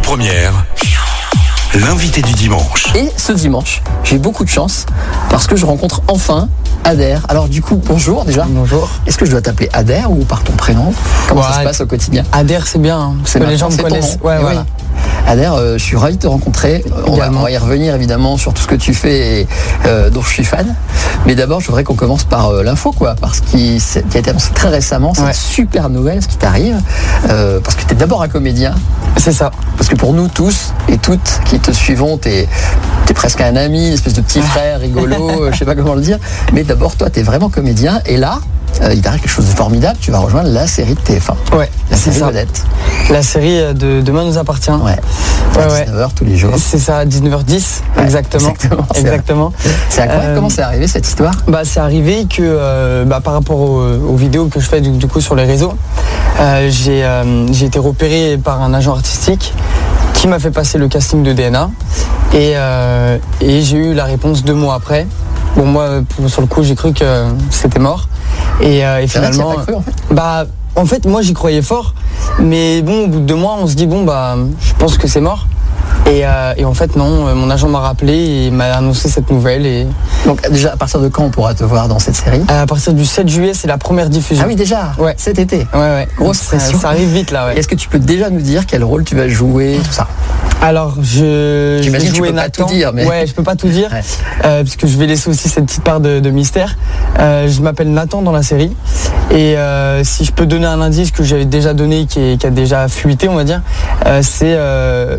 Première, l'invité du dimanche. Et ce dimanche, j'ai beaucoup de chance parce que je rencontre enfin Adair. Alors du coup, bonjour déjà. Bonjour. Est-ce que je dois t'appeler Adair ou par ton prénom Comment ça Ouais. se passe au quotidien Adair, c'est bien. hein, parce que ma les gens chance, me c'est ton connaissent. nom. Ouais, Eh voilà. oui. Adair, euh, je suis ravi de te rencontrer. Euh, On va, Également. on va y revenir évidemment sur tout ce que tu fais et euh, dont je suis fan. Mais d'abord, je voudrais qu'on commence par euh, l'info, quoi, parce qu'il s'est- qui a été annoncé très récemment. C'est Ouais. une super nouvelle ce qui t'arrive, euh, parce que tu es d'abord un comédien, C'est ça. Parce que pour nous tous et toutes qui te suivons, t'es es presque un ami, une espèce de petit frère rigolo, euh, je sais pas comment le dire. Mais d'abord, toi, t'es vraiment comédien. Et là, euh, il t'arrive quelque chose de formidable. Tu vas rejoindre la série de TF1. Ouais, La c'est série ça. vedette. La série euh, de Demain nous appartient. Ouais. Ouais, À ouais. 19h tous les jours. C'est ça, à 19h10, Ouais, exactement. exactement, c'est vrai. Exactement. C'est incroyable. Euh, Comment c'est arrivé cette histoire Bah, c'est arrivé que euh, bah, par rapport aux, aux vidéos que je fais du, du coup sur les réseaux, euh, j'ai euh, j'ai été repéré par un agent artistique qui m'a fait passer le casting de DNA et, euh, et j'ai eu la réponse deux mois après. Bon moi pour- sur le coup j'ai cru que c'était mort et, euh, et C'est vrai, t'y as finalement pas cru, en fait. bah en fait moi j'y croyais fort mais bon au bout de deux mois on se dit bon bah je pense que c'est mort. Et, euh, et en fait non, euh, mon agent m'a rappelé et m'a annoncé cette nouvelle et, euh, Donc déjà, à partir de quand on pourra te voir dans cette série à partir du 7 juillet, c'est la première diffusion. Ah oui, déjà. Ouais. Cet été. Ouais, ouais. Grosse Ça- pression. Ça arrive vite là, ouais. Est-ce que tu peux déjà nous dire quel rôle tu vas jouer, tout ça Alors, je. je vais J'imagine que tu jouer peux pas Nathan. tout dire, mais- Ouais, je peux pas tout dire. Ouais. euh, parce que je vais laisser aussi cette petite part de, de mystère. Euh, je m'appelle Nathan dans la série. Et euh, si je peux donner un indice que j'avais déjà donné, qui, est- qui a déjà fuité, on va dire, euh, c'est euh,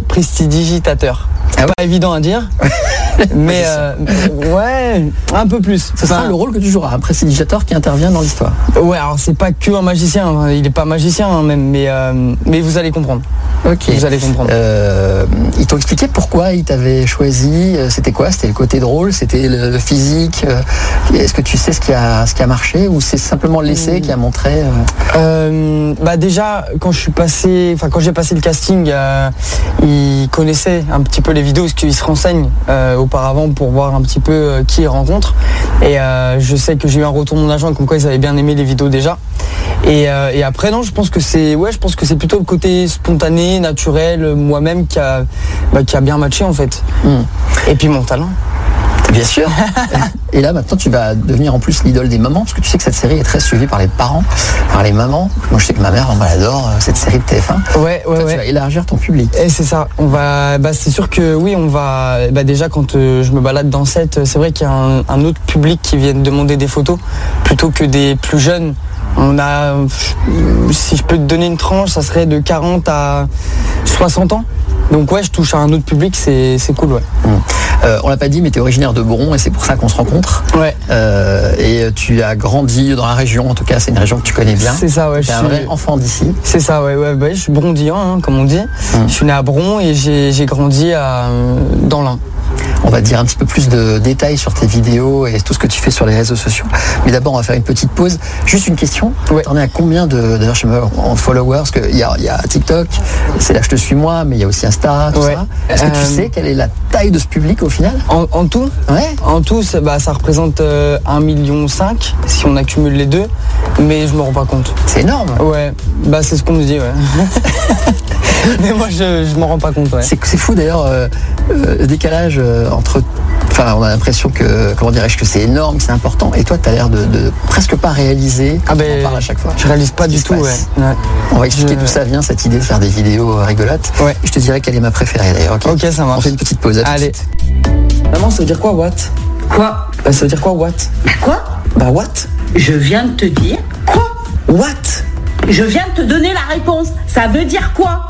prestidigitateur. Ah ouais pas évident à dire, mais euh, ouais, un peu plus. Ce sera Enfin, le rôle que tu joueras, un prestidigitateur qui intervient dans l'histoire. Ouais, alors c'est pas que un magicien, hein, il est pas magicien hein, même, mais, euh, mais vous allez comprendre. Ok. Vous allez comprendre. Euh, ils t'ont expliqué pourquoi ils t'avaient choisi euh, C'était quoi C'était le côté drôle C'était le le physique euh, Est-ce que tu sais ce qui a, ce qui a marché Ou c'est simplement l'essai qui a montré euh, Euh, bah déjà quand je suis passé, enfin quand j'ai passé le casting, euh, ils connaissaient un petit peu les vidéos parce qu'ils se renseignent euh, auparavant pour voir un petit peu euh, qui ils rencontrent. Et euh, je sais que j'ai eu un retour de mon agent comme quoi ils avaient bien aimé les vidéos déjà. Et, euh, et après non, je pense que c'est ouais, je pense que c'est plutôt le côté spontané, naturel, euh, moi-même qui a bah, qui a bien matché en fait. Hmm. Et puis mon talent. Bien sûr Et là maintenant tu vas devenir en plus l'idole des mamans, parce que tu sais que cette série est très suivie par les parents, par les mamans. Moi je sais que ma mère, elle adore euh, cette série de TF1. Ouais ouais Toi, ouais. Tu vas élargir ton public. Et Eh, c'est ça, on va, bah c'est sûr que oui, on va, bah déjà quand euh, je me balade dans cette, euh, c'est vrai qu'il y a un, un autre public qui vient demander des photos plutôt que des plus jeunes. On a, euh, si je peux te donner une tranche, ça serait de 40 à 60 ans. Donc ouais, je touche à un autre public, c'est c'est cool, ouais. Euh, on l'a pas dit, mais tu es originaire de Boron et c'est pour ça qu'on se rencontre. Ouais, Euh, et tu as grandi dans la région, en tout cas c'est une région que tu connais bien. c'est ça, ouais. T'es je un suis- vrai enfant d'ici. C'est ça, ouais, ouais, ouais, je suis brondillant, hein, comme on dit. Je suis né à Bron et j'ai j'ai grandi à, euh, dans l'Ain. On va dire un petit peu plus de détails sur tes vidéos et tout ce que tu fais sur les réseaux sociaux. Mais d'abord, on va faire une petite pause. Juste une question. Ouais. T'en es à combien de, d'ailleurs, je sais pas, en followers Parce qu'il y a, il y a TikTok, c'est là je te suis moi, mais il y a aussi Insta, tout Ouais. ça. Est-ce que tu Euh, sais quelle est la taille de ce public au final En, en tout, Ouais. En tout, ça, bah, ça représente euh, 1,5 million si on accumule les deux, mais je me rends pas compte. C'est énorme. Ouais, bah c'est ce qu'on me dit, ouais. mais moi je, je m'en rends pas compte, ouais. C'est, c'est fou d'ailleurs, euh, euh, le décalage euh, entre. Enfin, on a l'impression que, comment dirais-je, que c'est énorme, que c'est important. Et toi, tu as l'air de, de presque pas réaliser quand Ah on ben, en parle à chaque fois. Je réalise pas Ce qui du se tout, ouais. passe. ouais. On va expliquer Je- d'où ça vient cette idée de faire des vidéos euh, rigolotes. Ouais. Je te dirai quelle est ma préférée d'ailleurs. ok Ok, ça On marche. fait une petite pause. à tout de Allez. suite. Maman, ça veut dire quoi, what Quoi Bah ça veut dire quoi, what Quoi Bah what Je viens de te dire quoi What Je viens de te donner la réponse. Ça veut dire quoi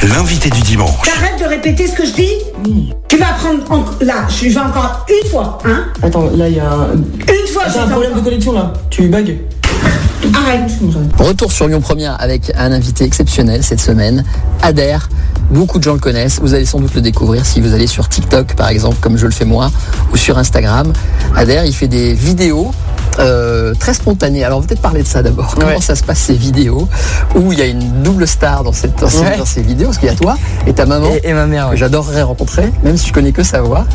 L'invité du dimanche. T'arrêtes de répéter ce que je dis Tu vas prendre en- là, je vais encore une fois, hein Attends, là, il y a un... Une fois, je T'as un vais problème de connexion, là Tu bugs t'en- Arrête. Retour sur Lyon Première avec un invité exceptionnel cette semaine, Adair. Beaucoup de gens le connaissent. Vous allez sans doute le découvrir si vous allez sur TikTok, par exemple, comme je le fais moi, ou sur Instagram. Adair, il fait des vidéos euh, très spontané. Alors, on va peut-être parler de ça d'abord. Comment Ouais. ça se passe ces vidéos où il y a une double star dans, cette, dans ces- Ouais. dans ces vidéos Parce qu'il y a toi et ta maman. Et, et ma mère, que Ah ouais. j'adorerais rencontrer, même si je connais que sa voix.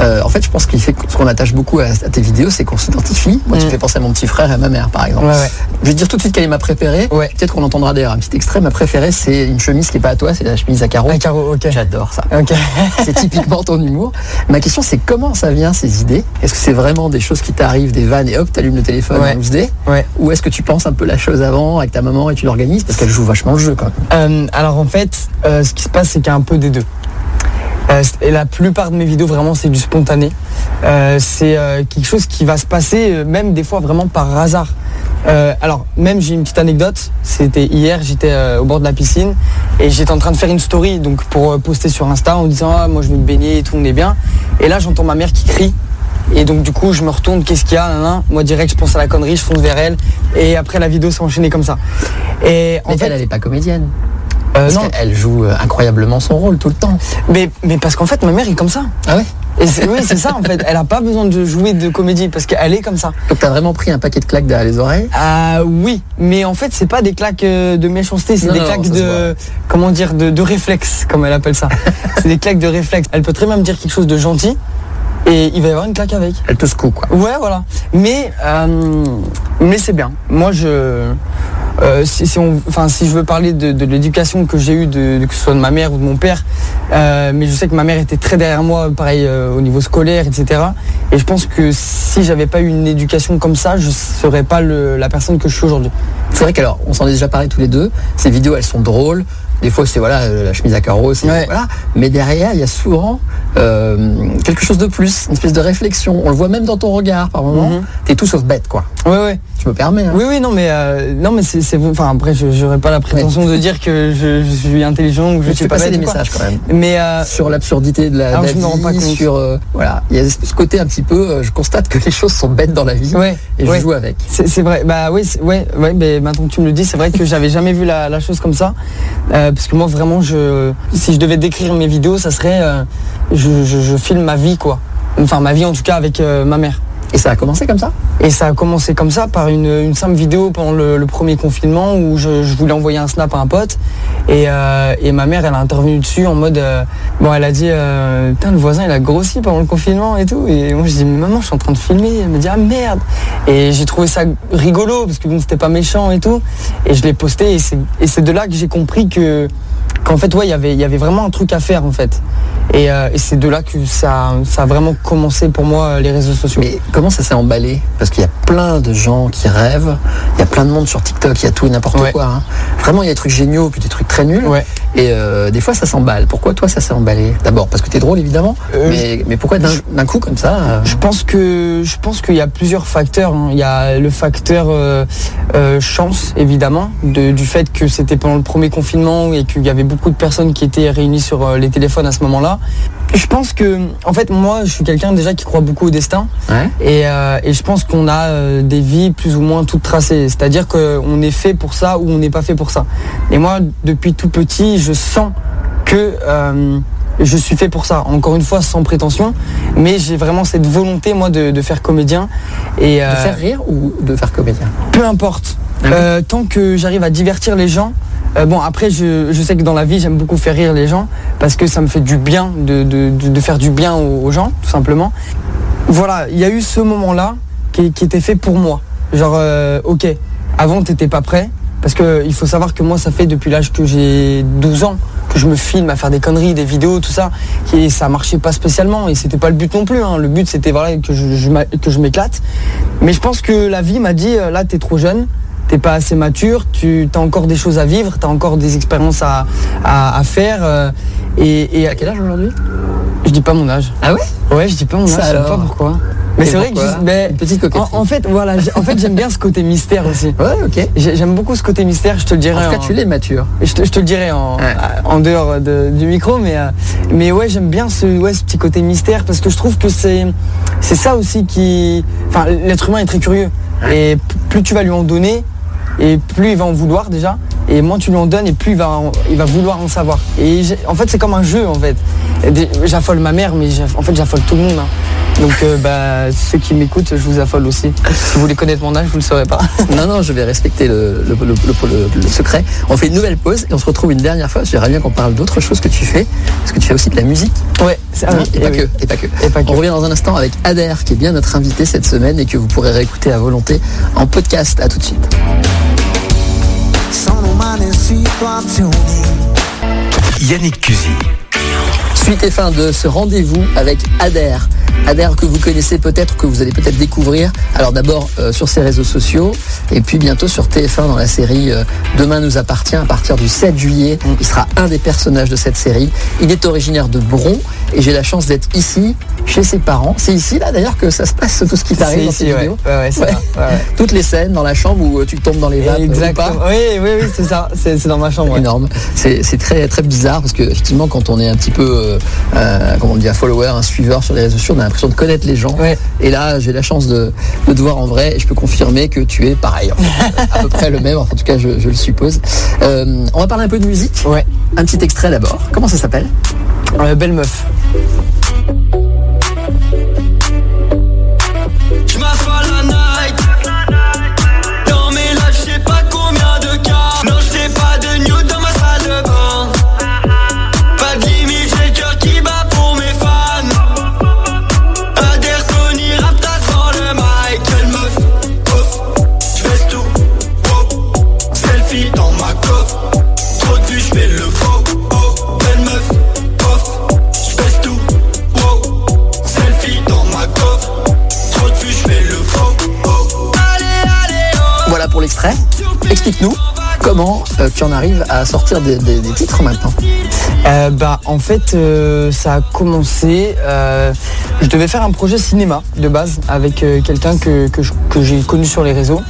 Euh, en fait, je pense qu'il fait ce qu'on attache beaucoup à, à tes vidéos, c'est qu'on s'identifie. Moi, tu me fais penser à mon petit frère et à ma mère, par exemple. Mm. Ouais, ouais. Je vais te dire tout de suite quelle est ma préférée. Ouais. Peut-être qu'on entendra d'ailleurs un petit extrait. Ma préférée, c'est une chemise qui est pas à toi, c'est la chemise à carreaux. Ah, Caro, ok. J'adore ça. Ok. C'est typiquement ton humour. Ma question, c'est comment ça vient ces idées Est-ce que c'est vraiment des choses qui t'arrivent, des vannes et hop, t'allumes le téléphone Ouais. en loose day Ouais. Ou est-ce que tu penses un peu la chose avant avec ta maman et tu l'organises Parce qu'elle joue vachement le jeu quand même. Euh, alors en fait, euh, ce qui se passe, c'est qu'il y a un peu des deux. Euh, c- et la plupart de mes vidéos, vraiment, c'est du spontané. Euh, c'est euh, quelque chose qui va se passer, euh, même des fois, vraiment par hasard. Euh, alors, même j'ai une petite anecdote. C'était hier, j'étais euh, au bord de la piscine et j'étais en train de faire une story, donc pour euh, poster sur Insta en disant ah, moi je vais me baigner et tout, on est bien. Et là, j'entends ma mère qui crie. Et donc du coup je me retourne, qu'est-ce qu'il y a nanana. Moi direct je pense à la connerie, je fonce vers elle et après la vidéo s'est enchaînée comme ça. Et en Mais fait, elle, elle n'est pas comédienne. euh, Parce non, qu'elle joue euh, incroyablement son rôle tout le temps. mais, mais parce qu'en fait, ma mère est comme ça. Ah ouais Et c'est- oui, c'est ça en fait. Elle a pas besoin de jouer de comédie parce qu'elle est comme ça. Donc t'as vraiment pris un paquet de claques derrière les oreilles. Ah oui, mais en fait, c'est pas des claques euh, de méchanceté, c'est Non, des non, claques ça se de comment dire de, de réflexe, comme elle appelle ça. c'est des claques de réflexe. Elle peut très bien me dire quelque chose de gentil et il va y avoir une claque avec. Elle te secoue quoi. Ouais, voilà. Mais euh, mais c'est bien. Moi, je euh, si, si on, enfin, si je veux parler de, de l'éducation que j'ai eue, de, de- que ce soit de ma mère ou de mon père, euh, mais je sais que ma mère était très derrière moi, pareil euh, au niveau scolaire, etc. Et je pense que si j'avais pas eu une éducation comme ça, je serais pas le- la personne que je suis aujourd'hui. C'est vrai qu'alors, on s'en est déjà parlé tous les deux. Ces vidéos, elles sont drôles. Des fois, c'est voilà euh, la chemise à carreaux, c'est Ouais. voilà. Mais derrière, il y a souvent euh, quelque chose de plus, une espèce de réflexion. On le voit même dans ton regard par moment. Mhm. T'es tout sauf bête quoi. Ouais, ouais. Tu me permets. hein. Oui, oui, non, mais euh, non, mais c'est, c'est- enfin après, je j'aurais pas la prétention de dire que je, je suis intelligent ou que je Mais tu suis fais pas passer bête des ou quoi. messages quand même. Mais euh, Sur l'absurdité de la, Ah, de la je me rends pas vie, compte. sur euh, voilà, il y a ce côté un petit peu. euh, je constate que les choses sont bêtes dans la vie ouais, et je ouais. joue avec. C'est c'est vrai, bah oui, c'est- ouais, ouais, mais maintenant que tu me le dis, c'est vrai que j'avais jamais vu la, la chose comme ça. Euh, parce que moi, vraiment, je, si je devais décrire mes vidéos, ça serait. euh, je, je- je filme ma vie, quoi. Enfin, ma vie en tout cas avec euh, ma mère. Et ça a commencé comme ça. Et ça a commencé comme ça, par une, une simple vidéo pendant le, le premier confinement où je, je voulais envoyer un snap à un pote. Et, euh, et ma mère, elle a intervenu dessus en mode. euh, bon, elle a dit euh, Putain, le voisin, il a grossi pendant le confinement et tout. Et moi, je dis Mais maman, je suis en train de filmer. Elle me dit Ah merde Et j'ai trouvé ça rigolo parce que bon, c'était pas méchant et tout. Et je l'ai posté et c'est et c'est de là que j'ai compris que. Qu'en fait, ouais, il y avait- il y avait vraiment un truc à faire en fait. Et, euh, et c'est de là que ça, ça a vraiment commencé pour moi euh, les réseaux sociaux. Mais comment ça s'est emballé Parce qu'il y a plein de gens qui rêvent, il y a plein de monde sur TikTok, il y a tout et n'importe Ouais. quoi. hein. Vraiment, il y a des trucs géniaux, puis des trucs très nuls. Ouais. Et euh, des fois, ça s'emballe. Pourquoi toi, ça s'est emballé D'abord, parce que t'es drôle, évidemment. Euh, mais, mais pourquoi d'un d'un coup, comme ça euh, Je pense que je pense qu'il y a plusieurs facteurs. hein. Il y a le facteur euh, euh, chance, évidemment, de- du fait que c'était pendant le premier confinement et qu'il y avait beaucoup de personnes qui étaient réunies sur euh, les téléphones à ce moment-là. Je pense que, en fait, moi, je suis quelqu'un déjà qui croit beaucoup au destin. ouais Et, euh, et je pense qu'on a euh, des vies plus ou moins toutes tracées. C'est-à-dire qu'on est fait pour ça ou on n'est pas fait pour ça. Et moi, depuis tout petit, je sens que euh, je suis fait pour ça. Encore une fois, sans prétention, mais j'ai vraiment cette volonté, moi, de, de faire comédien. Et, euh, De faire rire ou de faire comédien peu importe. Ah oui. Euh, tant que j'arrive à divertir les gens. euh, bon après je, je sais que dans la vie j'aime beaucoup faire rire les gens parce que ça me fait du bien de, de- de- de faire du bien aux, aux gens tout simplement. Voilà, il y a eu ce moment là qui, qui était fait pour moi. Genre euh, ok, avant t'étais pas prêt parce que il faut savoir que moi ça fait depuis l'âge que j'ai 12 ans que je me filme à faire des conneries, des vidéos, tout ça, et ça marchait pas spécialement et c'était pas le but non plus. hein. Le but c'était voilà que je, je m'a- que je m'éclate. Mais je pense que la vie m'a dit euh, là t'es trop jeune, t'es pas assez mature, tu as encore des choses à vivre, t'as encore des expériences à, à, à faire. euh, et, et à quel âge aujourd'hui Je dis pas mon âge. Ah ouais Ouais, je dis pas mon âge, Ça je sais alors pas pourquoi. Mais Et c'est vrai que pourquoi je- mais- Une petite en, coquetterie. en fait voilà, j'ai- en fait j'aime bien ce côté mystère aussi. Ouais, ok. J'ai- J'aime beaucoup ce côté mystère, je te le dirai. En tout cas, en- tu l'es mature. je te, je te le dirai en, Ouais. en dehors de- du micro, mais, euh, mais ouais, j'aime bien ce, ouais, ce petit côté mystère parce que je trouve que c'est, c'est ça aussi qui. Enfin, l'être humain est très curieux. Et p- plus tu vas lui en donner, et plus il va en vouloir déjà, et moins tu lui en donnes, et plus il va, en- il va vouloir en savoir. Et j'ai- en fait, c'est comme un jeu en fait. Des- J'affole ma mère, mais j'aff- en fait, j'affole tout le monde. hein. Donc, euh, bah, ceux qui m'écoutent, je vous affole aussi. Si vous voulez connaître mon âge, vous le saurez pas. Non, non, je vais respecter le, le- le- le- le- le secret. On fait une nouvelle pause et on se retrouve une dernière fois. J'aimerais bien qu'on parle d'autre chose que tu fais, parce que tu fais aussi de la musique. Ouais, c'est- ah hein, oui, et, eh pas oui. que, et pas que. Et pas que. On revient dans un instant avec Ader, qui est bien notre invité cette semaine et que vous pourrez réécouter à volonté en podcast. À tout de suite. Sono umane situazioni Yannick Cusy. Suite et fin de ce rendez-vous avec Ader. Ader que vous connaissez peut-être, que vous allez peut-être découvrir. Alors d'abord euh, sur ses réseaux sociaux et puis bientôt sur TF1 dans la série euh, Demain nous appartient à partir du 7 juillet. Il sera un des personnages de cette série. Il est originaire de Bron et j'ai la chance d'être ici chez ses parents. C'est ici là d'ailleurs que ça se passe tout ce qui t'arrive C'est dans ces ici, ouais. vidéos. Ouais, ouais, c'est Ouais. ça. Ouais, ouais. Toutes les scènes dans la chambre où euh, tu tombes dans les vapes euh, ou pas. Exactement. Oui, oui, oui, c'est ça. C'est c'est dans ma chambre. ouais. énorme. C'est c'est très très bizarre parce que effectivement quand on est un petit peu euh, euh, comment on dit un follower, un suiveur sur les réseaux sociaux, on a l'impression de connaître les gens. Ouais. Et là j'ai la chance de, de te voir en vrai et je peux confirmer que tu es pareil. en fait. à peu près le même, en tout cas je, je le suppose. Euh, on va parler un peu de musique. Ouais. Un petit extrait d'abord. Comment ça s'appelle Euh, belle meuf. Je m'affale la night Dans mes lives, je sais pas combien de cas Non, je sais pas de nude dans ma salle de bain Pas de limite, j'ai le cœur qui bat pour mes fans Pas d'air Tony, rap ta sans le mic Quelle meuf, off, j'baisse tout, wow Selfie dans ma coffre Trop de vues, j'fais le faux, oh Belle meuf, off, j'baisse tout, wow Selfie dans ma coffre Trop de vues, j'fais le faux, oh Allez, allez, oh Voilà pour l'extrait. Explique-nous comment euh, tu en arrives à sortir des, des- des titres maintenant. Euh, bah, en fait, euh, ça a commencé. euh, je devais faire un projet cinéma de base avec euh, quelqu'un que, que je- que j'ai connu sur les réseaux.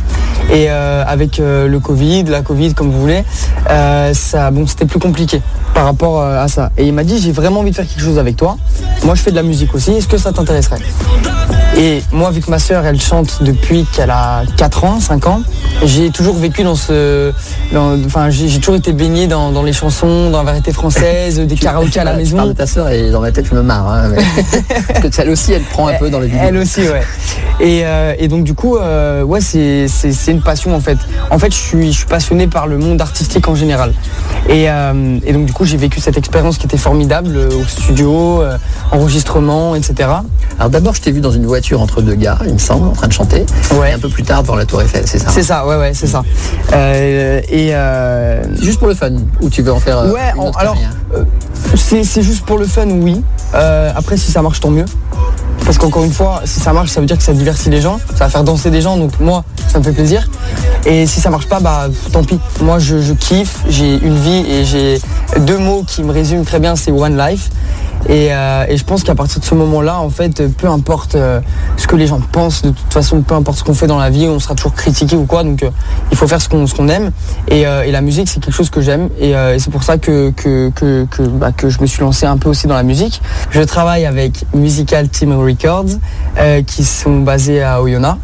Et euh, avec euh, le Covid, la Covid, comme vous voulez, euh, ça, bon, c'était plus compliqué par rapport euh, à ça. Et il m'a dit, j'ai vraiment envie de faire quelque chose avec toi. Moi, je fais de la musique aussi. Est-ce que ça t'intéresserait Et moi, vu que ma sœur, elle chante depuis qu'elle a 4 ans, 5 ans, j'ai toujours vécu dans ce... dans- Enfin, j'ai j'ai toujours été baigné dans, dans les chansons, dans la variété française, des karaokés à la Bah, Tu parles maison. de ta sœur et dans ma tête je me marre. hein, mais- parce que celle aussi elle prend un peu dans les vidéos. Elle aussi, ouais. Et, euh, et donc du coup, euh, ouais, c'est- c'est c'est une passion en fait. En fait, je suis, je suis passionné par le monde artistique en général. Et, euh, et donc du coup, j'ai vécu cette expérience qui était formidable euh, au studio, euh, enregistrement, etc. Alors d'abord, je t'ai vu dans une voiture entre deux gars, il me semble, en train de chanter. Ouais. Et un peu plus tard, devant la Tour Eiffel, c'est ça hein. C'est ça, ouais, ouais, c'est ça. Euh, et euh, C'est juste pour le fun, ou tu veux en faire euh, Ouais, une en- autre alors, carrière euh, c'est c'est juste pour le fun, oui. Euh, après, si ça marche, tant mieux. Parce qu'encore une fois, si ça marche, ça veut dire que ça divertit les gens, ça va faire danser des gens, donc moi, ça me fait plaisir. Et si ça marche pas, bah tant pis. Moi, je, je kiffe, j'ai une vie et j'ai deux mots qui me résument très bien, c'est One Life. Et, euh, et je pense qu'à partir de ce moment-là, en fait, peu importe euh, ce que les gens pensent, de toute façon, peu importe ce qu'on fait dans la vie, on sera toujours critiqué ou quoi. Donc, euh, il faut faire ce qu'on ce qu'on aime. Et, euh, et la musique, c'est quelque chose que j'aime. Et, euh, et c'est pour ça que, que, que, que, bah, que je me suis lancé un peu aussi dans la musique. Je travaille avec Musical Team Records, euh, qui sont basés à Oyonnax.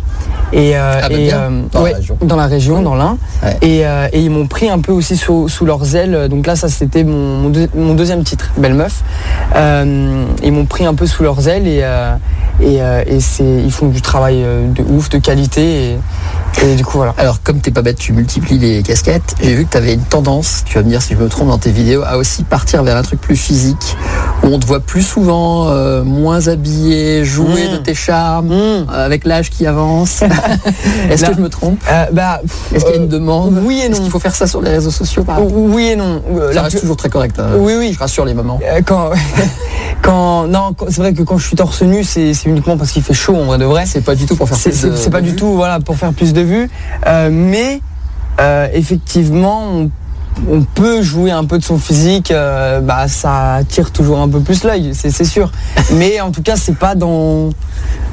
Et, euh, Ah bah et, bien, dans la région. dans la région, dans l'Ain. Ouais. Et, euh, et ils m'ont pris un peu aussi sous, sous leurs ailes. Donc là, ça c'était mon, mon, deux- mon deuxième titre, Belle Meuf. Euh, ils m'ont pris un peu sous leurs ailes et, euh, et, euh, et c'est, ils font du travail euh, de ouf, de qualité. Et, et du coup, voilà. Alors, comme t'es pas bête, tu multiplies les casquettes. J'ai vu que t'avais une tendance, tu vas me dire si je me trompe dans tes vidéos, à aussi partir vers un truc plus physique, où on te voit plus souvent, euh, moins habillé, jouer Mmh. de tes charmes, Mmh. euh, avec l'âge qui avance. Est-ce Là- que je me trompe Euh, bah, pff, Est-ce qu'il y a euh, une demande oui et Est-ce non. qu'il faut faire ça sur les réseaux sociaux par exemple Oui et non. Euh, Ça la reste plus- toujours très correct. hein. Oui, oui. Je rassure les mamans. Euh, quand, quand, non, quand- c'est vrai que quand je suis torse nu, c'est c'est uniquement parce qu'il fait chaud en vrai de vrai. C'est pas du tout pour faire C'est- plus c'est de- c'est pas de du vues. tout voilà pour faire plus de vues Euh, mais euh, effectivement on, on peut jouer un peu de son physique euh, bah ça attire toujours un peu plus l'œil c'est c'est sûr mais en tout cas c'est pas dans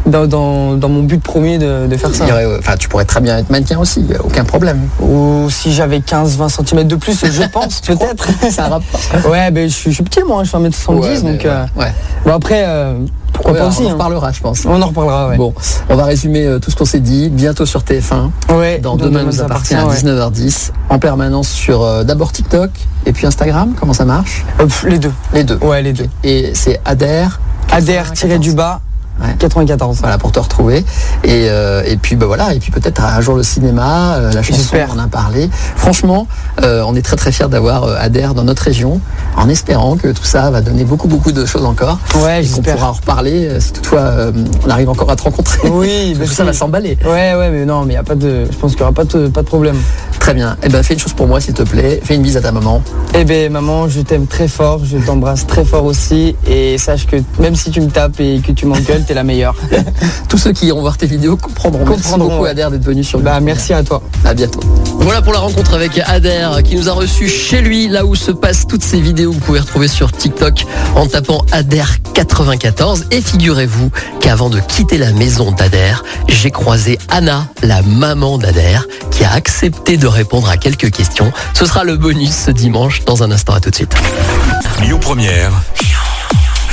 dans, dans, dans mon but premier de, de faire ça Il y aurait- euh, Enfin, tu pourrais très bien être mannequin aussi, y a aucun problème. ou si j'avais 15-20 cm de plus je pense peut-être Ça rapport. ouais ben je suis, je suis petit moi je suis 1m70 Ouais, mais donc euh, ouais. bon après euh, pourquoi Ouais, pas alors, aussi. On en hein. reparlera, je pense. On en reparlera, ouais. Bon, on va résumer euh, tout ce qu'on s'est dit. Bientôt sur TF1, Ouais, dans Demain nous appartient à ouais. 19h10, en permanence sur euh, d'abord TikTok et puis Instagram. Comment ça marche Euh, pff, les deux. Les deux. Ouais, les deux. Et c'est Adair. adr du bas Ouais. 94. Voilà pour te retrouver et, euh, et puis bah voilà et puis peut-être un jour le cinéma euh, la chanson J'espère. on en a parlé franchement euh, on est très très fiers d'avoir euh, Adair dans notre région en espérant que tout ça va donner beaucoup beaucoup de choses encore Ouais, et qu'on j'espère. pourra en reparler euh, si toutefois euh, on arrive encore à te rencontrer Oui, tout bah ça si. va s'emballer Ouais, ouais, mais non, mais y a pas de. Je pense qu'il y aura pas de, pas de problème. très bien et ben fais une chose pour moi s'il te plaît fais une bise à ta maman Eh ben, maman, je t'aime très fort, je t'embrasse très fort aussi, et sache que même si tu me tapes et que tu m'engueules, t'es la meilleure. tous ceux qui iront voir tes vidéos comprendront, merci Comprendront, beaucoup ouais. Adair d'être venu sur bah, Bip. merci à toi. À bientôt. Voilà pour la rencontre avec Adair qui nous a reçus chez lui, là où se passent toutes ces vidéos. Vous pouvez retrouver sur TikTok en tapant Adair94. Et figurez-vous qu'avant de quitter la maison d'Adair, j'ai croisé Anna, la maman d'Adair, qui a accepté de répondre à quelques questions. Ce sera le bonus ce dimanche. Dans un instant, à tout de suite. Lyon Première,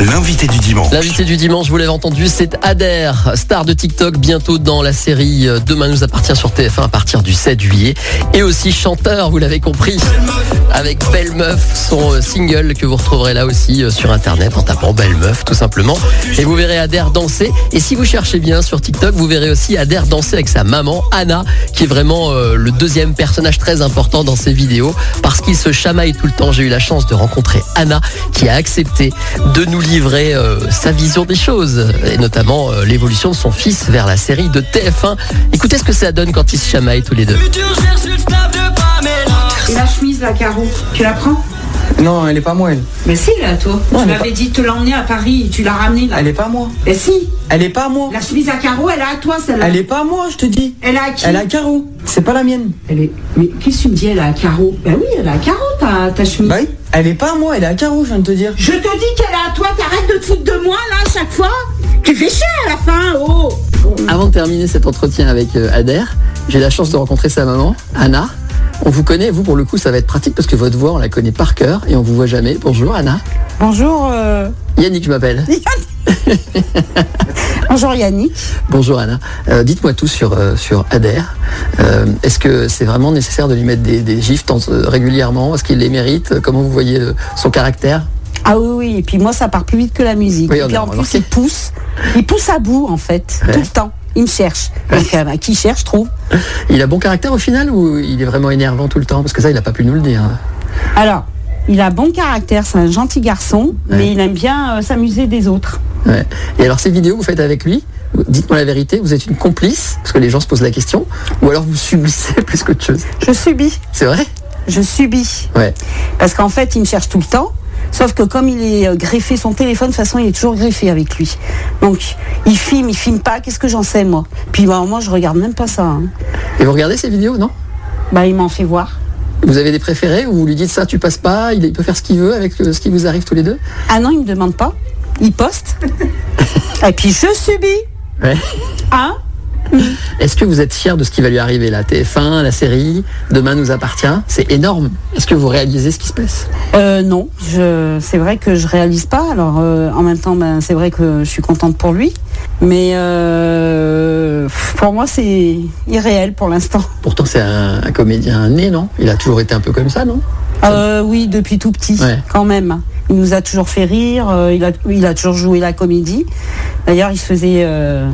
l'invité du dimanche. L'invité du dimanche, vous l'avez entendu, c'est Adair, star de TikTok, bientôt dans la série euh, Demain nous appartient sur TF1 à partir du 7 juillet. Et aussi chanteur, vous l'avez compris, avec Belle Meuf, son euh, single que vous retrouverez là aussi euh, sur Internet en tapant Belle Meuf tout simplement. Et vous verrez Adair danser. Et si vous cherchez bien sur TikTok, vous verrez aussi Adair danser avec sa maman, Anna, qui est vraiment euh, le deuxième personnage très important dans ses vidéos, parce qu'il se chamaille tout le temps. J'ai eu la chance de rencontrer Anna, qui a accepté de nous livrer euh, sa vision des choses, et notamment euh, l'évolution de son fils vers la série de TF1. Écoutez ce que ça donne quand ils se chamaillent tous les deux. Futur, je cherche le snap de Pamela. Et la chemise, la carreau, tu la prends Non, elle est pas moi, elle. Mais si, là, toi. Non, tu elle est m'avais dit de te l'emmener à Paris, tu l'as ramenée, là. Elle est pas à moi. Mais si, Elle est pas à moi. la chemise à carreaux, elle est à toi, celle-là. Elle est pas à moi, je te dis. Elle est à qui Elle a carreau. C'est pas la mienne. Elle est- Mais qu'est-ce que tu me dis, elle est à carreaux Ben oui, elle est à carreaux, ta, ta chemise. Bah oui. Elle est pas à moi, elle est à carreau, je viens de te dire. Je te dis qu'elle est à toi, t'arrêtes de te foutre de moi, là, à chaque fois. Tu fais chier à la fin, oh Avant de terminer cet entretien avec euh, Adair, j'ai la chance de rencontrer sa maman, Anna. On vous connaît, vous pour le coup ça va être pratique parce que votre voix on la connaît par cœur et on vous voit jamais. Bonjour Anna. Bonjour, euh, Yannick je m'appelle. bonjour Yannick. Bonjour Anna. Euh, Dites-moi tout sur, euh, sur Adair. Euh, Est-ce que c'est vraiment nécessaire de lui mettre des, des gifs tant- euh, régulièrement Est-ce qu'il les mérite Comment vous voyez euh, son caractère Ah oui, oui, et puis moi ça part plus vite que la musique. Oui, on et puis a en plus remarqué. il pousse, il pousse à bout en fait, Ouais. tout le temps. Il me cherche. Donc euh, bah, qui cherche trouve. Il a bon caractère au final ou il est vraiment énervant tout le temps Parce que ça, il n'a pas pu nous le dire. hein. Alors, il a bon caractère, c'est un gentil garçon, Ouais. mais il aime bien euh, s'amuser des autres. Ouais. Et alors ces vidéos que vous faites avec lui, vous- dites-moi la vérité, vous êtes une complice Parce que les gens se posent la question. Ou alors vous subissez plus qu'autre chose Je subis, C'est vrai je subis, Ouais. parce qu'en fait il me cherche tout le temps. Sauf que comme il est euh, greffé, son téléphone, de toute façon, il est toujours greffé avec lui. Donc, il filme, il filme pas, qu'est-ce que j'en sais, moi Puis, bah, moi, je regarde même pas ça. hein. Et vous regardez ces vidéos, non Bah, il m'en fait voir. Vous avez des préférés où vous lui dites ça, tu passes pas, il peut faire ce qu'il veut avec euh, ce qui vous arrive tous les deux Ah non, il ne me demande pas. Il poste. Et puis je subis. Ouais. Hein Est-ce que vous êtes fier de ce qui va lui arriver là TF1, la série, Demain nous appartient, c'est énorme. Est-ce que vous réalisez ce qui se passe Euh, non, je, c'est vrai que je réalise pas. Alors euh, en même temps, ben, c'est vrai que je suis contente pour lui. Mais euh, pour moi, c'est irréel pour l'instant. Pourtant c'est un, un comédien né, non Il a toujours été un peu comme ça, non Euh, oui, depuis tout petit, Ouais. quand même. Il nous a toujours fait rire. euh, il, a, il a toujours joué la comédie. D'ailleurs, il se faisait, euh,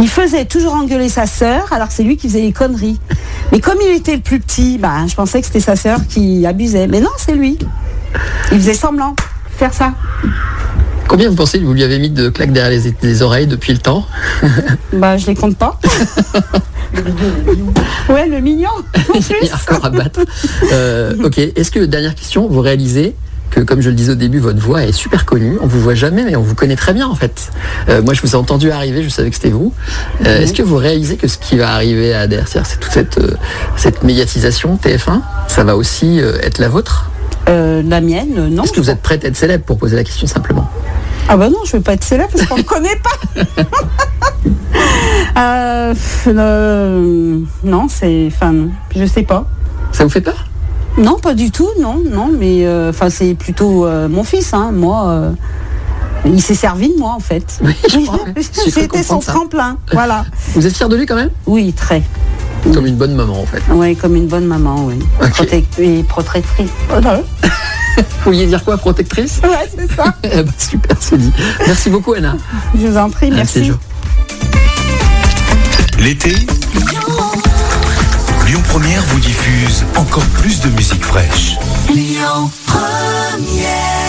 il faisait toujours engueuler sa sœur, alors que c'est lui qui faisait les conneries. Mais comme il était le plus petit, bah, je pensais que c'était sa sœur qui abusait. Mais non, c'est lui. Il faisait semblant faire ça. Combien vous pensez que vous lui avez mis de claques derrière les, les oreilles depuis le temps Bah, je les compte pas. ouais, le mignon. En Il plus. y a encore à battre. Euh, ok, est-ce que, dernière question, vous réalisez que, comme je le disais au début, votre voix est super connue, on vous voit jamais, mais on vous connaît très bien en fait. Euh, moi, je vous ai entendu arriver, je savais que c'était vous. Mhm. Euh, Est-ce que vous réalisez que ce qui va arriver à ADR, c'est-à-dire c'est toute cette, euh, cette médiatisation TF1, ça va aussi euh, être la vôtre Euh, la mienne, euh, non. Est-ce que vous êtes prête à être célèbre pour poser la question simplement Ah bah non, je veux pas être célèbre parce qu'on me connaît pas. Euh, pff, euh, non, c'est, enfin, je sais pas. Ça vous fait peur Non, pas du tout, non, non, mais euh, enfin c'est plutôt euh, mon fils, hein, moi. euh, Il s'est servi de moi en fait. je crois, ouais. J'ai cru C'était son comprendre ça. tremplin. Voilà. Vous êtes fier de lui quand même Oui, très. Comme une bonne maman en fait. Oui, comme une bonne maman, oui. Ok. Protec- et protectrice. Vous vouliez dire quoi, protectrice Ouais, c'est ça. Eh ben, Super, c'est dit. Merci beaucoup Anna. Je vous en prie, À ces merci. jours. L'été, Lyon Première vous diffuse encore plus de musique fraîche. Lyon Première.